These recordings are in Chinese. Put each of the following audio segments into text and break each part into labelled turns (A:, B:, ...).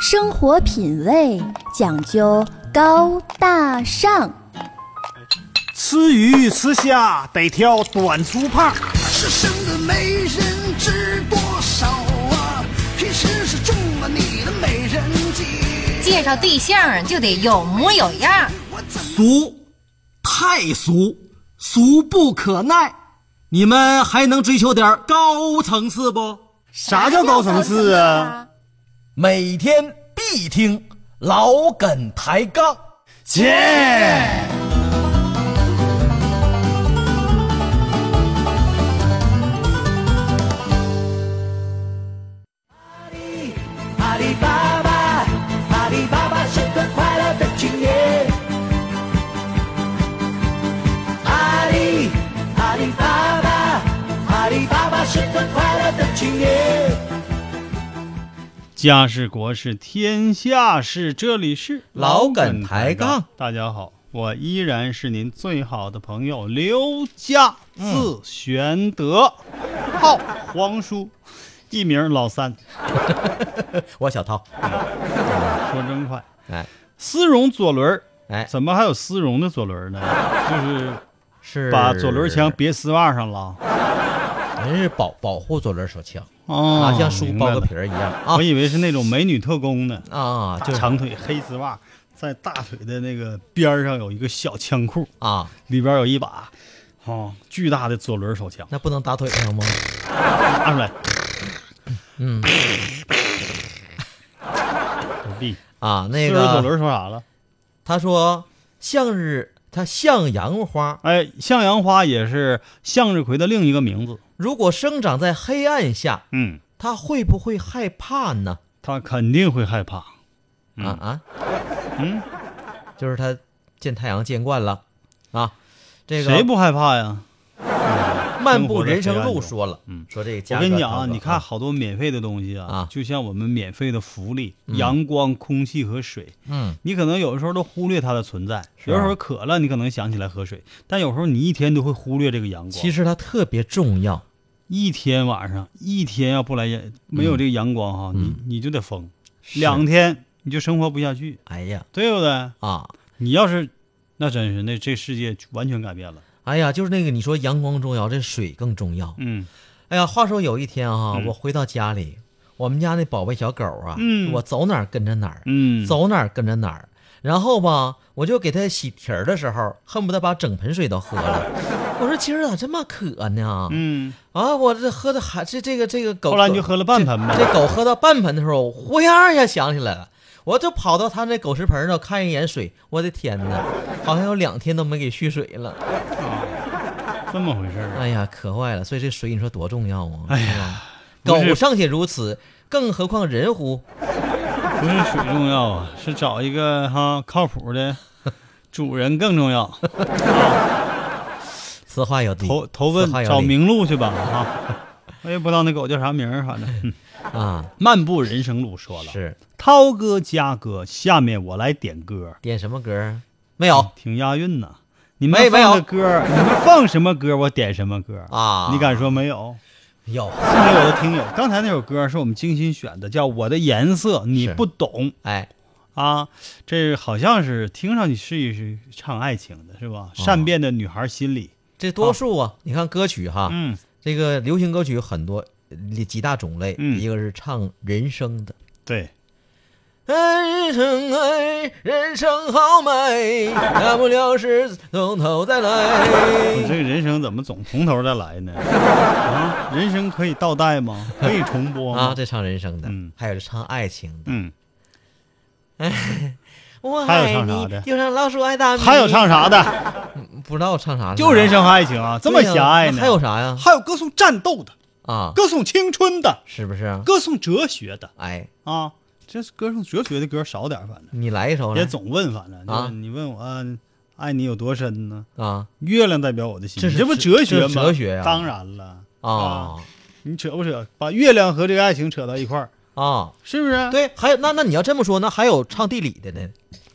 A: 生活品味讲究高大上，
B: 吃鱼吃虾得挑短粗胖，
C: 是生的没人知多少啊，平时是中了你的美人计。
D: 介绍对象就得有模有样，
E: 俗，太俗，俗不可耐。你们还能追求点高层次不？
B: 啥叫高层次啊？？
F: 每天必听老梗抬杠。
B: 切！
C: 阿里巴巴，阿里巴巴是个快乐的青年。阿里，阿里巴巴，阿里巴巴是个快乐的青年。
B: 家事国事天下事，这里是
F: 老梗抬杠。
B: 大家好，我依然是您最好的朋友刘家，字玄德，号皇叔，艺名老三。
F: 我小涛，
B: 说真快，
F: 哎
B: 丝绒左轮儿，
F: 哎，
B: 怎么还有丝绒的左轮儿呢？就是
F: 是
B: 把左轮枪别丝袜上了。
F: 人哎是保保护左轮手枪，
B: 哦，
F: 啊，像书
B: 明白
F: 包个
B: 了
F: 皮儿一样啊
B: 我以为是那种美女特工呢，
F: 啊，就是
B: 长腿黑丝袜，在大腿的那个边儿上有一个小枪库，
F: 啊，
B: 里边有一把，哦，巨大的左轮手枪，
F: 那不能打腿上吗？
B: 拿出来，
F: 嗯
B: 投币。
F: 啊，那
B: 四轮
F: 个
B: 左轮说啥了？
F: 他说向日，它向阳花，
B: 哎，向阳花也是向日葵的另一个名字。
F: 如果生长在黑暗下，
B: 嗯，
F: 它会不会害怕呢？
B: 他肯定会害怕。嗯
F: 啊啊，
B: 嗯，
F: 就是它见太阳见惯了啊。这个
B: 谁不害怕呀？
F: 漫步人生
B: 生活在黑暗
F: 路
B: 中
F: 说了，
B: 嗯
F: 说这个
B: 我跟你讲
F: 价
B: 啊，
F: 格
B: 你看好多免费的东西啊，
F: 啊
B: 就像我们免费的福利，
F: 嗯
B: 阳光、空气和水，
F: 嗯，
B: 你可能有的时候都忽略它的存在。
F: 是啊
B: 有时候渴了，你可能想起来喝水，但有时候你一天都会忽略这个阳光。
F: 其实它特别重要。
B: 一天晚上一天要不来阳，没有这个阳光哈，
F: 嗯
B: 你你就得疯，
F: 是
B: 两天你就生活不下去，
F: 哎呀
B: 对不对？
F: 啊，
B: 你要是那真是那这世界完全改变了。
F: 哎呀，就是那个你说阳光重要，这水更重要。
B: 嗯，
F: 哎呀，话说有一天啊，
B: 嗯
F: 我回到家里，我们家那宝贝小狗啊，
B: 嗯
F: 我走哪儿跟着哪儿，
B: 嗯
F: 走哪儿跟着哪儿。然后吧，我就给它洗蹄儿的时候，恨不得把整盆水都喝 了。我说今儿咋这么渴呢？
B: 嗯，
F: 啊，我这喝的还这这个这个狗，
B: 后来你就喝了半盆
F: 这
B: 呗。
F: 狗喝到半盆的时候，我呼呀一下想起来了，我就跑到它那狗食盆那看一眼水，我的天哪，好像有两天都没给蓄水了。
B: 这么回事儿啊。
F: 哎呀，渴坏了，所以这水你说多重要啊！
B: 哎呀
F: 是吧，
B: 不是
F: 狗尚且如此，更何况人乎？
B: 不是水重要啊， 是找一个哈靠谱的主人更重要。
F: 此话有理，
B: 投投奔
F: 此话有
B: 找
F: 理
B: 明路去 吧哈。我也不知道那狗叫啥名儿，反正《嗯
F: 啊，
B: 漫步人生路》说了，
F: 是
B: 涛哥佳哥，下面我来点歌，
F: 点什么歌儿？没有
B: 挺押韵呐。你们
F: 没没有
B: 放的歌，你们放什么歌，我点什么歌。
F: 啊？
B: 你敢说没有？
F: 有？
B: 送给我的听友，刚才那首歌是我们精心选的，叫《我的颜色你
F: 是
B: 不懂
F: 哎，》
B: 啊，这好像是听上去是一是唱爱情的，是
F: 哦
B: 吧？善变的女孩心理，
F: 这多数啊，你看歌曲哈，
B: 嗯，
F: 这个流行歌曲有很多几大种类，
B: 嗯
F: 一个是唱人生的。
B: 对，
F: 人生哎，人生好美，大不了是从头再
B: 我
F: 来。
B: 这个人生怎么总从头 再来呢？啊，人生可以倒带吗？可以重播吗？
F: 啊，这唱人生的，
B: 嗯
F: 还有这唱爱情的。
B: 嗯，
F: 我
B: 还有
F: 爱
B: 唱
F: 你
B: 啥的，
F: 就像老鼠爱大米。
B: 还有唱啥
F: 啊
B: 的？
F: 不知道唱啥了，
B: 就人生和爱情啊，这么
F: 对呀
B: 狭隘
F: 那
B: 呢？
F: 还有啥 呀？
B: 还有歌颂战斗的，
F: 啊，
B: 歌颂青春的，
F: 是不是？
B: 歌颂哲学的
F: 哎，
B: 啊，这是歌颂哲学的歌少点儿，反正。
F: 你来一首
B: 别
F: 来
B: 总问，反正就
F: 啊
B: 是你问我、啊爱你有多深呢？
F: 啊
B: 月亮代表我的心，
F: 这是
B: 你不
F: 哲
B: 哲学
F: 这是
B: 吗？
F: 哲学呀
B: 当然了，
F: 啊
B: 你扯不扯？把月亮和这个爱情扯到一块儿，
F: 啊！
B: 是不是？，
F: 对，还有那那你要这么说，那还有唱地理的呢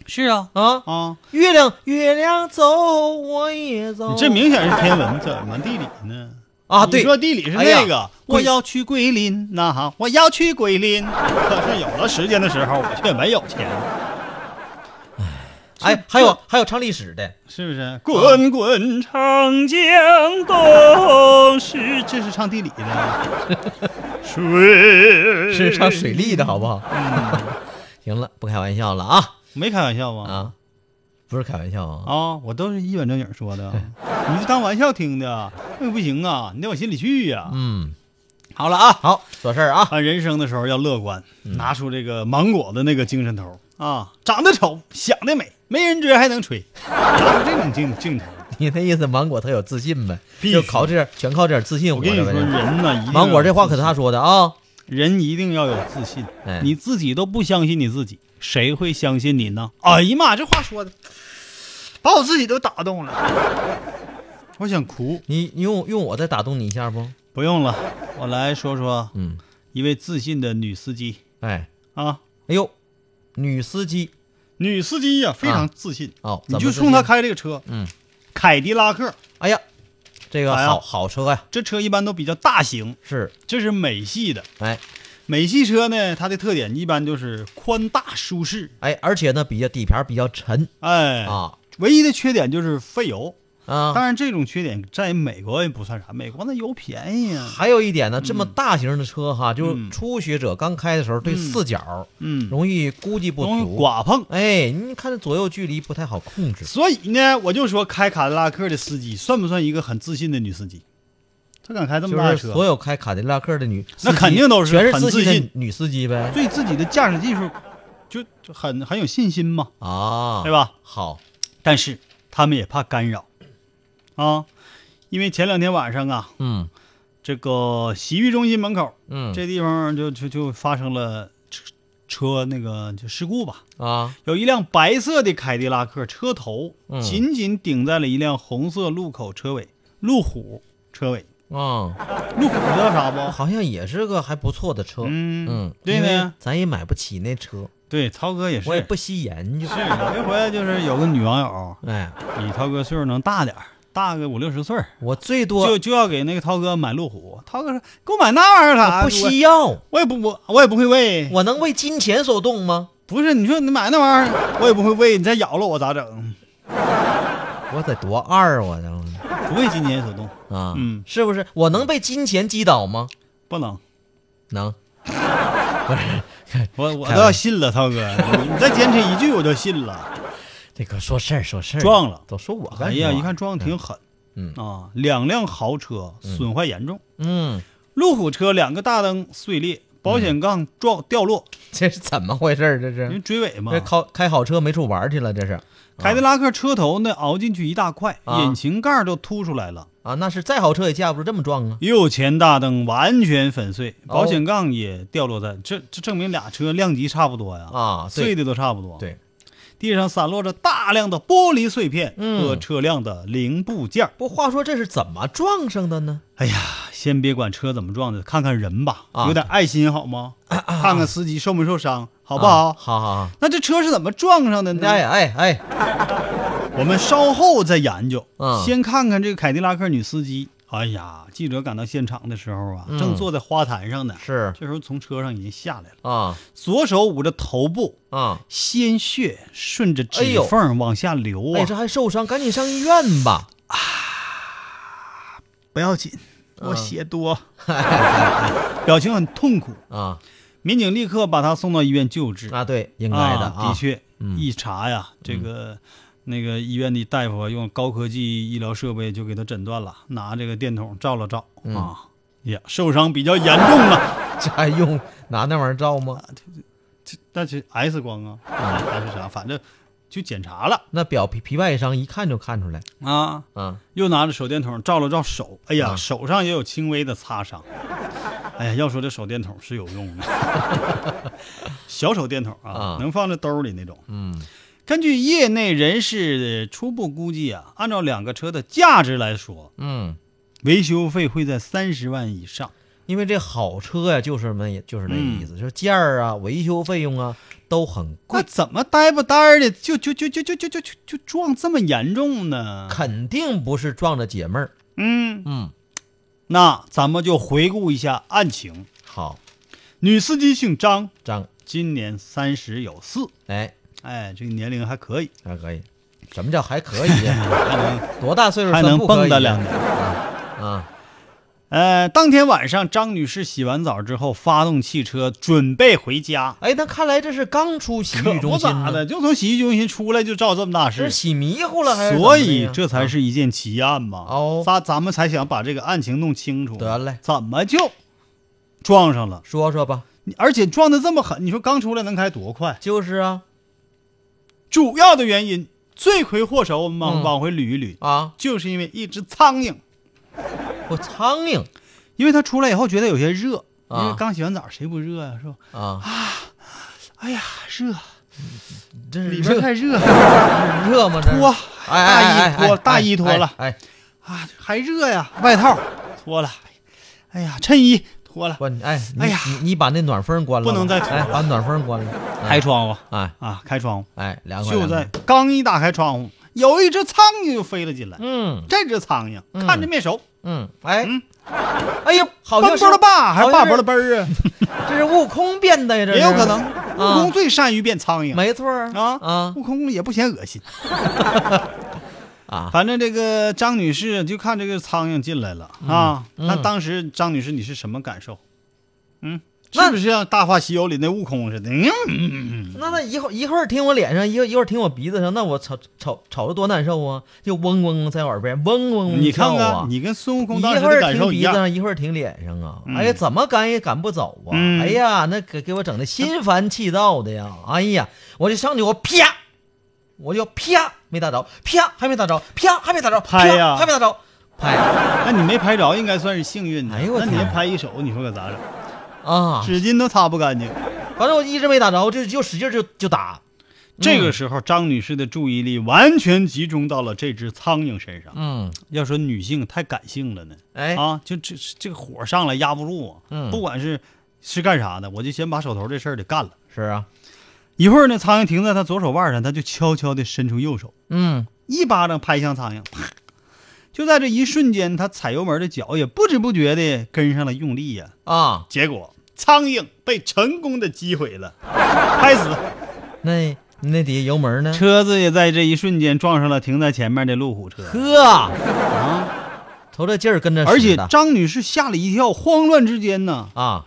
B: 是啊，
F: 啊！
B: 啊，
F: 月亮月亮走，我也走。
B: 你这明显是天文，怎么地理呢？
F: 啊，对，
B: 你说地理是
F: 哎呀
B: 那个，我要去桂林呐、哈，我要去桂林。 可是有了时间的时候，我却没有钱，
F: 哎，还有还有唱历史的，
B: 是不是？滚滚长江东逝，这是唱地理的。水
F: 是唱水利的好不好？行了，不开玩笑了啊
B: 没开玩笑吗？
F: 啊，不是开玩笑啊，
B: 啊，我都是一本正经说的，你是当玩笑听的，那不行啊，你得往心里去呀、
F: 嗯，
B: 好了啊，
F: 好，说事儿啊，
B: 看人生的时候要乐观，
F: 嗯
B: 拿出这个芒果的那个精神头儿啊，长得丑，想得美，没人追还 能吹，拿出这种劲劲头儿。
F: 你那意思芒果特有自信呗，
B: 必须
F: 就靠这点全靠这点自信活
B: 我跟你
F: 着
B: 说，
F: 呗。
B: 人呢，一定要
F: 芒果这话可是
B: 有
F: 他说的啊，
B: 自信人一定要有自信
F: 哎，
B: 你自己都不相信你自己，谁会相信你呢？哎呀妈，这话说的，把我自己都打动了， 我想哭。
F: 你你用用我再打动你一下不？
B: 不用了，我来说说
F: 嗯，
B: 一位自信的女司机
F: 哎，
B: 啊，
F: 哎呦，女司机
B: 女司机呀、非
F: 啊
B: 常自信。
F: 哦，
B: 你
F: 怎
B: 就
F: 么
B: 冲
F: 自
B: 她
F: 信，
B: 开这个车，
F: 嗯，
B: 凯迪拉克，
F: 哎呀，这个
B: 哎呀
F: 好好车呀，
B: 这车一般都比较大型，
F: 是，
B: 这是美系的。
F: 哎
B: 美系车呢，它的特点一般就是宽大舒适，
F: 哎，而且呢，比较底盘比较沉
B: 哎，
F: 啊
B: 唯一的缺点就是费油。
F: 啊
B: 当，然，这种缺点在美国也不算啥，美国那油便宜啊。
F: 还有一点呢，这么大型的车哈，就
B: 嗯
F: 初学者刚开的时候，对四角
B: 嗯，
F: 容易估计不
B: 容易
F: 足，
B: 剐碰。
F: 哎，你看这左右距离不太好控制，
B: 所以呢，我就说开凯迪拉克的司机算不算一个很自信的女司机？她敢开这么
F: 就
B: 大的
F: 是
B: 车，
F: 所有开凯迪拉克的女，司
B: 那
F: 机
B: 肯定都是
F: 全
B: 很
F: 自
B: 自
F: 信的
B: 信
F: 女司机呗，
B: 对自己的驾驶技术就就很很有信心嘛，
F: 啊，
B: 对？吧？
F: 好，
B: 但是他们也怕干扰啊，因为前两天晚上啊，
F: 嗯
B: 这个洗浴中心门口
F: 嗯，
B: 这地方就就就发生了车车那个就事故吧，
F: 啊，
B: 有一辆白色的凯迪拉克车头
F: 嗯
B: 紧紧顶在了一辆红色路口车尾，路虎车尾，
F: 嗯，
B: 路虎知道啥不？
F: 好像也是个还不错的车，
B: 嗯
F: 嗯，
B: 对
F: 因为
B: 呢，
F: 咱也买不起那车，
B: 对，涛哥也是，
F: 我也不惜研究，
B: 是有一回就是有个女网友。
F: 哎，
B: 比涛哥岁数能大点儿，大个五六十岁儿，
F: 我最
B: 就
F: 多
B: 就要给那个涛哥买路虎。涛哥说：“给我买那玩意儿干啥？
F: 不
B: 我
F: 惜要，
B: 我也不我我也不会喂。
F: 我能为金钱所动吗？
B: 不是你说你买那玩意儿，我也不会喂，你再咬了我咋整？
F: 我得多二啊我呢
B: 不为金钱所动，
F: 啊，
B: 嗯
F: 是不是？我能被金钱击倒吗？
B: 不能。
F: 能，
B: 我我
F: 开玩
B: 都要信了，涛哥，你再坚持一句我就信了。
F: 这个说事儿说事儿，
B: 撞了
F: 都说我干
B: 哎
F: 什
B: 呀，
F: 么啊
B: 一看撞的挺狠，
F: 嗯
B: 啊，两辆豪车损坏严重，
F: 嗯，
B: 路虎车两个大灯碎裂，保险杠撞掉落，
F: 这是怎么回事儿？这
B: 因为
F: 是
B: 追尾嘛
F: 这。开开好车没处玩去了，这是
B: 凯迪拉克车头呢凹进去一大块，
F: 啊
B: 引擎盖都凸出来了。
F: 啊，那是再好车也架不住这么撞啊！
B: 右前大灯完全粉碎，
F: 哦
B: 保险杠也掉落在，这这证明俩车量级差不多呀
F: 啊对
B: 碎的都差不多。
F: 对，
B: 地上散落着大量的玻璃碎片
F: 嗯
B: 和车辆的零部件儿。
F: 不，话说这是怎么撞上的呢？
B: 哎呀，先别管车怎么撞的，看看人吧，
F: 啊
B: 有点爱心好吗？看看司机受没受伤，
F: 好
B: 好不好？
F: 好好好，
B: 那这车是怎么撞上的呢？
F: 啊哎哎哎，
B: 我们稍后再研究。
F: 嗯
B: 先看看这个凯迪拉克女司机。哎呀，记者赶到现场的时候啊，
F: 嗯
B: 正坐在花坛上呢。
F: 是
B: 这时候从车上已经下来了，
F: 啊
B: 左手捂着头部，
F: 啊！
B: 鲜血顺着
F: 哎
B: 指
F: 呦
B: 缝往下流啊！
F: 哎，这还受伤，赶紧上医院吧！
B: 不要紧，
F: 嗯
B: 我血多， 表情很痛苦。
F: 啊
B: 民警立刻把他送到医院救治。
F: 啊，对，应该的
B: 啊
F: 啊，
B: 的确，
F: 嗯
B: 一查呀，这个那个医院的大夫啊用高科技医疗设备就给他诊断了，拿这个电筒照了照
F: 嗯
B: 啊，呀，受伤比较严重了，
F: 这还用拿那玩意儿照吗？
B: 呃但是 X 光啊，
F: 嗯
B: 还是啥，反正就检查了
F: 那表皮皮外伤一看就看出来
B: 啊，
F: 啊，
B: 又拿着手电筒照了照手，哎呀，
F: 啊
B: 手上也有轻微的擦伤。哎呀，要说这手电筒是有用的， 小手电筒啊，
F: 啊
B: 能放在兜里那种。
F: 嗯
B: 根据业内人士的初步估计啊，按照两个车的价值来说，
F: 嗯，
B: 维修费会在三十万以上。
F: 因为这好车呀、就是什么，就是那个意
B: 嗯
F: 思，就是件儿啊、维修费用啊都很
B: 那
F: 贵，
B: 怎么呆不呆的就就就就就就就就就撞这么严重呢？
F: 肯定不是撞着解闷儿。
B: 嗯，
F: 嗯，
B: 那咱们就回顾一下案情。
F: 好，
B: 女司机姓张，
F: 张，
B: 今年三十有四，
F: 哎，
B: 哎，这个年龄还可以，
F: 还可以。什么叫还可以 呀？ 多大岁数
B: 还
F: 算
B: 能
F: 不可
B: 蹦
F: 以
B: 跶两
F: 呀？
B: 年。
F: 啊，
B: 呃，当天晚上，张女士洗完澡之后，发动汽车准备回家，
F: 哎，那看来这是刚出洗
B: 可
F: 浴
B: 不
F: 中心
B: 咋
F: 呢
B: 的，就从洗浴中心出来就照这么大
F: 这
B: 事
F: 是。洗迷糊了还是怎么
B: 所
F: 的呀？啊
B: 以这才是一件奇案嘛。
F: 哦
B: 咱咱们才想把这个案情弄清楚。
F: 得嘞
B: 怎么就撞上了？
F: 说说吧，
B: 你而且撞的这么狠，你说刚出来能开多快？
F: 就是啊
B: 主要的原因，罪魁祸首，我们往、
F: 嗯
B: 往回捋一捋，
F: 啊，
B: 就是因为一只苍蝇，
F: 我苍蝇
B: 因为他出来以后觉得有些热，
F: 啊
B: 因为刚洗完澡，谁不热呀、是吧？
F: 啊，
B: 哎呀，热，
F: 这是
B: 里边
F: 热
B: 太热 了，
F: 热吗？这是
B: 脱，
F: 哎哎哎哎
B: 大衣脱，
F: 哎
B: 大衣脱了
F: 哎，哎
B: 啊，还热呀，外套脱了，哎呀，衬衣脱了，
F: 关哎，你
B: 哎呀
F: 你你把那暖风关了吧，
B: 不能再
F: 哎，把暖风关了，哎
B: 开窗户
F: 哎
B: 啊，开窗户。
F: 哎，凉快，
B: 就
F: 凉快
B: 在刚一打开窗户，有一只苍蝇就飞了进来。
F: 嗯
B: 这只苍蝇
F: 嗯
B: 看着面熟，
F: 嗯，哎
B: 嗯
F: 哎呀，好像
B: 蹦
F: 是
B: 波了吧，还是
F: 好像
B: 爸
F: 是
B: 波了奔儿啊？
F: 这是悟空变的呀，这是啊
B: 也有可能，悟空最善于变苍蝇
F: 没错儿
B: 啊
F: 啊
B: 悟空也不嫌恶心。
F: 啊，
B: 反正这个张女士就看这个苍蝇进来了啊。
F: 嗯
B: 那当时张女士你是什么感受？嗯，
F: 那
B: 是不是像《大话西游》里那悟空似的？嗯，
F: 那那一会儿一会儿听我脸上，一会儿一会儿听我鼻子上，那我瞅瞅瞅着多难受啊！就嗡嗡嗡在我耳边嗡嗡嗡
B: 你看
F: 跳啊
B: 看，你跟孙悟空当
F: 一
B: 时
F: 会
B: 的
F: 儿
B: 感
F: 停
B: 受一
F: 鼻子
B: 样。
F: 上，一会儿停脸上啊！
B: 嗯
F: 哎呀，怎么赶也赶不走啊！
B: 嗯
F: 哎呀，那给给我整的心烦气躁的呀！哎呀，我就上去，我啪，我就啪没打着，啪还没打着，啪还没打着，啪
B: 拍呀
F: 还没打着， 拍
B: 那你没拍着，应该算是幸运的。
F: 哎呦我
B: 那你
F: 天
B: 要拍一手，你说可咋整？
F: 啊！嗯
B: 纸巾都擦不干净。
F: 反正我一直没打着，就就使劲就就打，
B: 这个时候，张女士的注意力完全集中到了这只苍蝇身上。
F: 嗯，
B: 要说女性太感性了呢，
F: 哎
B: 啊，就这这个火上来压不住啊。
F: 嗯
B: 不管是是干啥的，我就先把手头这事儿得干了。
F: 是啊，
B: 一会儿呢，苍蝇停在她左手腕上，她就悄悄地伸出右手，
F: 嗯，
B: 一巴掌拍向苍蝇，啪！就在这一瞬间，她踩油门的脚也不知不觉地跟上了用力呀、
F: 啊，
B: 结果苍蝇被成功的击毁了， 拍死。
F: 那那底下油门呢？
B: 车子也在这一瞬间撞上了停在前面的路虎车。
F: 呵啊，瞅这劲儿跟着
B: 而且
F: 使的
B: 张女士吓了一跳，慌乱之间呢，
F: 啊，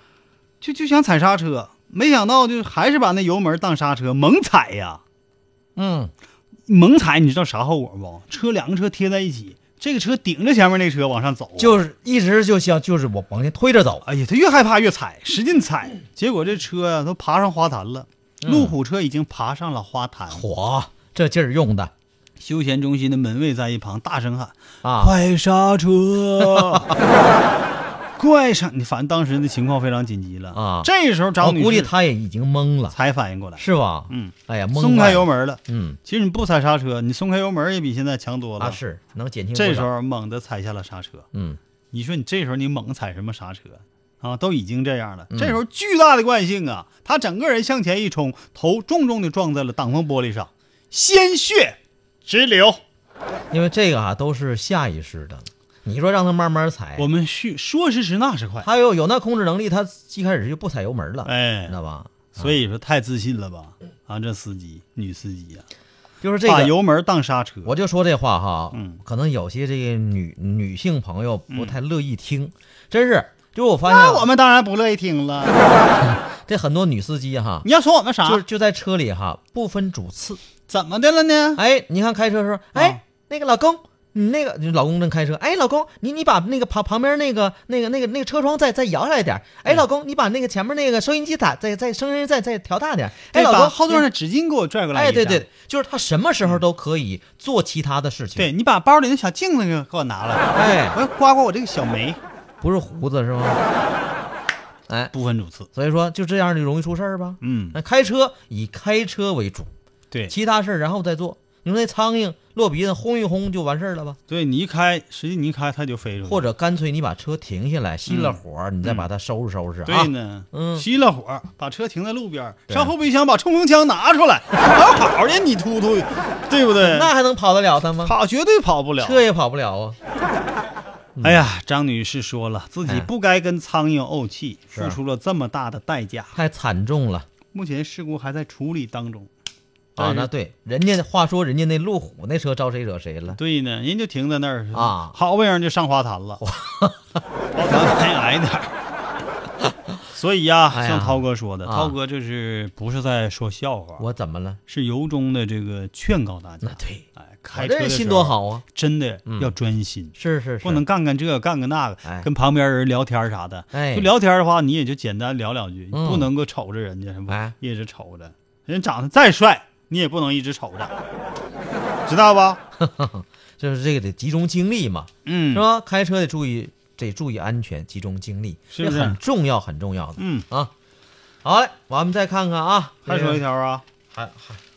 B: 就就想踩刹车，没想到就还是把那油门当刹车，猛踩呀，
F: 嗯，
B: 猛踩，你知道啥后果不？车两个车贴在一起，这个车顶着前面那车往上走，啊
F: 就是一直就想就是我往前推着走，
B: 哎呀，她越害怕越踩，使劲踩，结果这车呀、都爬上花坛了。路虎车已经爬上了花坛，
F: 火这劲儿用的
B: 休闲中心的门卫在一旁大声喊：“
F: 啊，
B: 快刹 车！快刹！你反正当时的情况非常紧急了
F: 啊
B: 这时候
F: 我
B: 张女士
F: 估计他也已经懵了，
B: 才反应过来，
F: 是吧？
B: 嗯，
F: 哎呀，懵
B: 松开
F: 坏
B: 油
F: 了，
B: 门了。
F: 嗯
B: 其实你不踩刹车，你松开油门也比现在强多了。
F: 啊，是能减轻
B: 这
F: 不
B: 时
F: 少，
B: 候猛地踩下了刹车。
F: 嗯，
B: 你说你这时候你猛踩什么刹车啊？都已经这样
F: 嗯
B: 了，这时候巨大的惯性啊，他整个人向前一冲，头重重的撞在了挡风玻璃上，鲜血直流。
F: 因为这个啊都是下意识的，你说让他慢慢踩，
B: 我们去说时迟，那时快，
F: 他有有那控制能力，他一开始就不踩油门了，
B: 哎
F: 知，道吧？
B: 所以说太自信了吧？啊，这司机女司机啊，
F: 就是这
B: 把
F: 个，
B: 油门当刹车，
F: 我就说这话哈，
B: 嗯
F: 可能有些这个女女性朋友不太乐意听，真是，就是我发现
B: 那我
F: 啊
B: 们当然不乐意听了。
F: 这很多女司机哈，
B: 你要说我们啥？
F: 就就在车里哈不分主次，
B: 怎么的了呢？
F: 哎，你看开车的时候，
B: 啊
F: 哎，那个老公，你那个老公正开车，哎，老公，你你把那个旁旁边那个那个那个那个车窗再再摇下来点儿，
B: 嗯
F: 哎，老公，你把那个前面那个收音机打再再声音再再调大点儿，哎，
B: 对
F: 老
B: 把
F: 公，
B: 后座的纸巾给我拽过来一下。
F: 哎，对对，就是他什么时候都可以做其他的事情，
B: 对，你把包里那小镜子给我拿来，
F: 哎，
B: 我要刮刮我这个小眉。
F: 不是胡子是吗？ 哎，
B: 不分主次，
F: 所以说就这样就容易出事儿吧。
B: 嗯
F: 那，开车以开车为主，
B: 对
F: 其他事儿然后再做。你说那苍蝇落鼻子轰一轰就完事儿了吧？
B: 对，你一开，实际你一开它就飞出去，
F: 或
B: 者
F: 者干脆你把车停下来，熄了火，你再把它收拾收拾啊
B: 嗯对。呢，
F: 嗯
B: 熄了火，把车停在路边，
F: 对
B: 上后备箱把冲锋枪拿出 来，跑跑去，你突突，对不对？
F: 那还能跑得了它吗？
B: 跑绝对跑不了。
F: 车也跑不了啊。
B: 哎呀，张女士说了，自己
F: 哎
B: 不该跟苍蝇怄气，
F: 是
B: 付出了这么大的代价。
F: 太惨重了
B: 目前事故还在处理当中。
F: 啊！
B: 但是
F: 那对，人家话说人家那路虎那车招谁惹谁了？
B: 对呢，人就停在那儿
F: 啊
B: 好不容易就上花坛了， 咱再来 点儿。所以呀，
F: 哎呀
B: 像涛哥说的，
F: 啊
B: 涛哥这是不是在说笑话？
F: 我怎么了？
B: 是由衷的这个劝告大家
F: 那。对，
B: 哎，
F: 我
B: 开车
F: 这
B: 的
F: 人
B: 时
F: 心
B: 候
F: 多，好啊！
B: 真的要专心，
F: 是是是，
B: 不能干干这干干那
F: 哎
B: 个，跟旁边人聊天儿啥的。
F: 哎
B: 就聊天儿的话，你也就简单聊两句，
F: 嗯
B: 不能够瞅着人家什
F: 哎
B: 么，一直瞅着。人长得再帅，你也不能一直瞅 着，知道吧？
F: 就是这个得集中精力嘛，
B: 嗯
F: 是，吧？开车得注意，得注意安全，集中精力，
B: 是不是
F: 这很重要，很重要的。
B: 嗯
F: 啊，好嘞，我们再看看啊，
B: 还
F: 这个
B: 说一条啊？
F: 还还，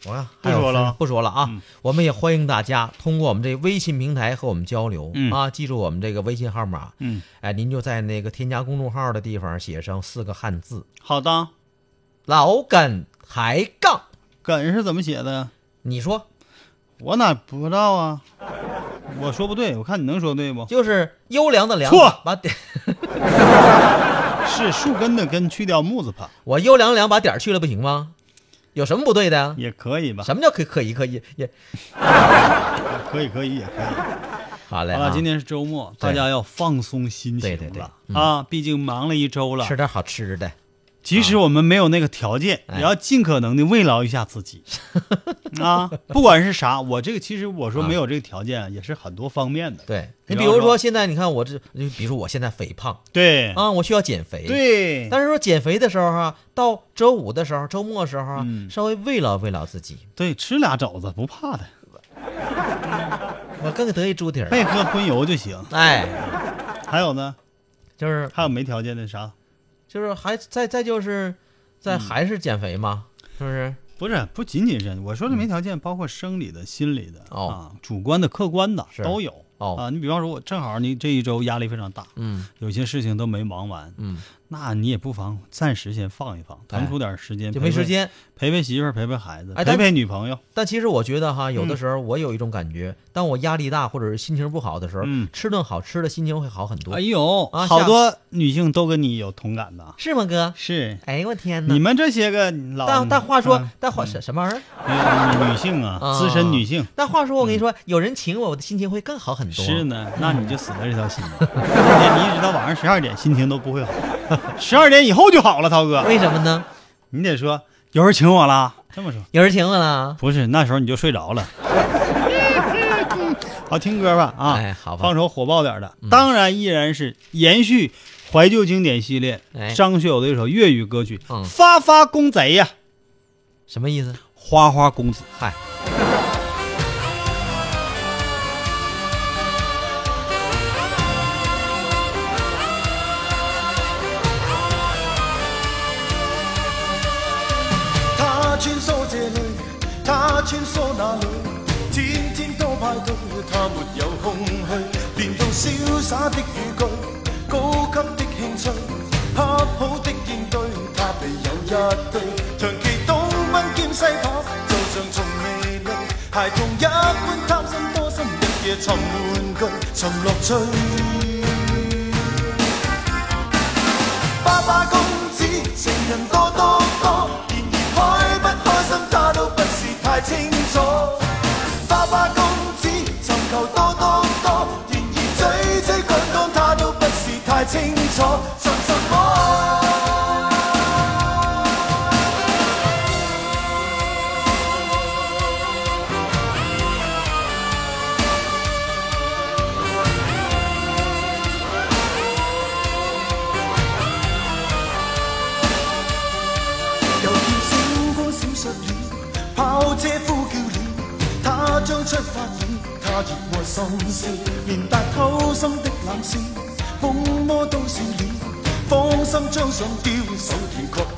F: 我看
B: 不说了
F: 不说了啊！
B: 嗯
F: 我们也欢迎大家通过我们这微信平台和我们交流、
B: 嗯
F: 啊！记住我们这个微信号码，
B: 嗯，
F: 哎，您就在那个添加公众号的地方写上四个汉字
B: 好的，
F: “老梗抬杠
B: 梗是怎么写的？”，
F: 你说
B: 我哪不知道啊？我说不对，我看你能说对不？
F: 就是优良的良，
B: 错
F: 把点
B: 是树根的根去掉木字旁
F: 我优良良把点儿去了不行吗？有什么不对的呀？
B: 也可以吧？
F: 嗯什么叫可可以可以也
B: 可以，可以，也可以。
F: 好嘞、
B: 好
F: 啊？
B: 了，今天是周末，
F: 对
B: 大家要放松心情了
F: 对对对嗯
B: 啊！毕竟忙了一周了
F: 吃，点好吃的，
B: 即使我们没有那个条件，
F: 啊哎
B: 也要尽可能的慰劳一下自己 啊！不管是啥，我这个其实我说没有这个条件啊，也是很多方面的。
F: 对你
B: 比
F: 比
B: 方
F: 如
B: 说哎
F: 说现在你看我这，就比如我现在肥胖
B: 对
F: 啊，我需要减肥，
B: 对，
F: 但是说减肥的时候啊，到周五的时候、周末的时候啊，
B: 嗯
F: 稍微慰劳慰劳自己，
B: 对，吃俩肘子不怕的，
F: 我更得一猪蹄儿。
B: 别喝荤油就行。
F: 哎，
B: 还有呢，
F: 就是
B: 还有没条件的啥？
F: 就是还再再就是，
B: 嗯
F: 再还是减肥嘛，是不是？
B: 不是，不仅仅是我说的没条件，包括生理的、心理的、
F: 嗯哦
B: 啊，主观的、客观的
F: 是
B: 都有。
F: 哦
B: 啊，你比方说，我正好你这一周压力非常大，
F: 嗯
B: 有些事情都没忙完，
F: 嗯，哎
B: 那你也不妨暂时先放一放，腾出点时间，
F: 就没时，间。
B: 陪陪媳妇儿，陪陪孩子，
F: 哎
B: 陪
F: 但
B: 陪女朋友。
F: 但其实我觉得哈，有
B: 嗯
F: 的时候我有一种感觉，当我压力大或者是心情不好的时候，
B: 嗯
F: 吃顿好吃的，心情会好很多
B: 哎，呦，
F: 啊
B: 好
F: 下
B: 多女性都跟你有同感呐。
F: 是吗，哥？
B: 是，
F: 哎呦我天哪
B: 你！们这些个老
F: 但但话说
B: 嗯，
F: 但话什什么玩意儿？
B: 呃女性啊，
F: 啊
B: 资深女性。
F: 但话说，我跟你说，有人请我，我的心情会更好很多。
B: 嗯是呢，那你就死在这条心了。你你一直到晚上十二点，心情都不会好。 十二点以后就好了，涛哥，
F: 为什么呢？
B: 你得说有人请我了。这么说
F: 有人请我了。
B: 不是，那时候你就睡 着了。好，听歌吧啊，
F: 哎好吧嗯
B: 放首火爆点的。当然，依然是延续怀旧经典系列，
F: 哎
B: 张学友的一首粤语歌曲
F: 嗯
B: 《发发公贼》呀，
F: 什么意思？
B: 花花公子。
F: 嗨。
G: 他穿梭这里，他穿梭那里，天天都派对，他没有空虚，变到潇洒的语句，高级的兴趣，恰好的应对，他備有一堆，長期東奔兼西跑，就像從未累，孩童一般貪心多心，日夜尋玩具，尋樂趣。花花公子，情人多多多，然而開不開心他都不是太清楚。花花公子，尋求多多多，然而追追趕趕他都不是太清楚，尋什麼？又見星光閃爍了，跑車呼叫了，他將出發了，他熱和心思，連帶偷心的冷笑，風魔都笑了，芳心將上吊，手段確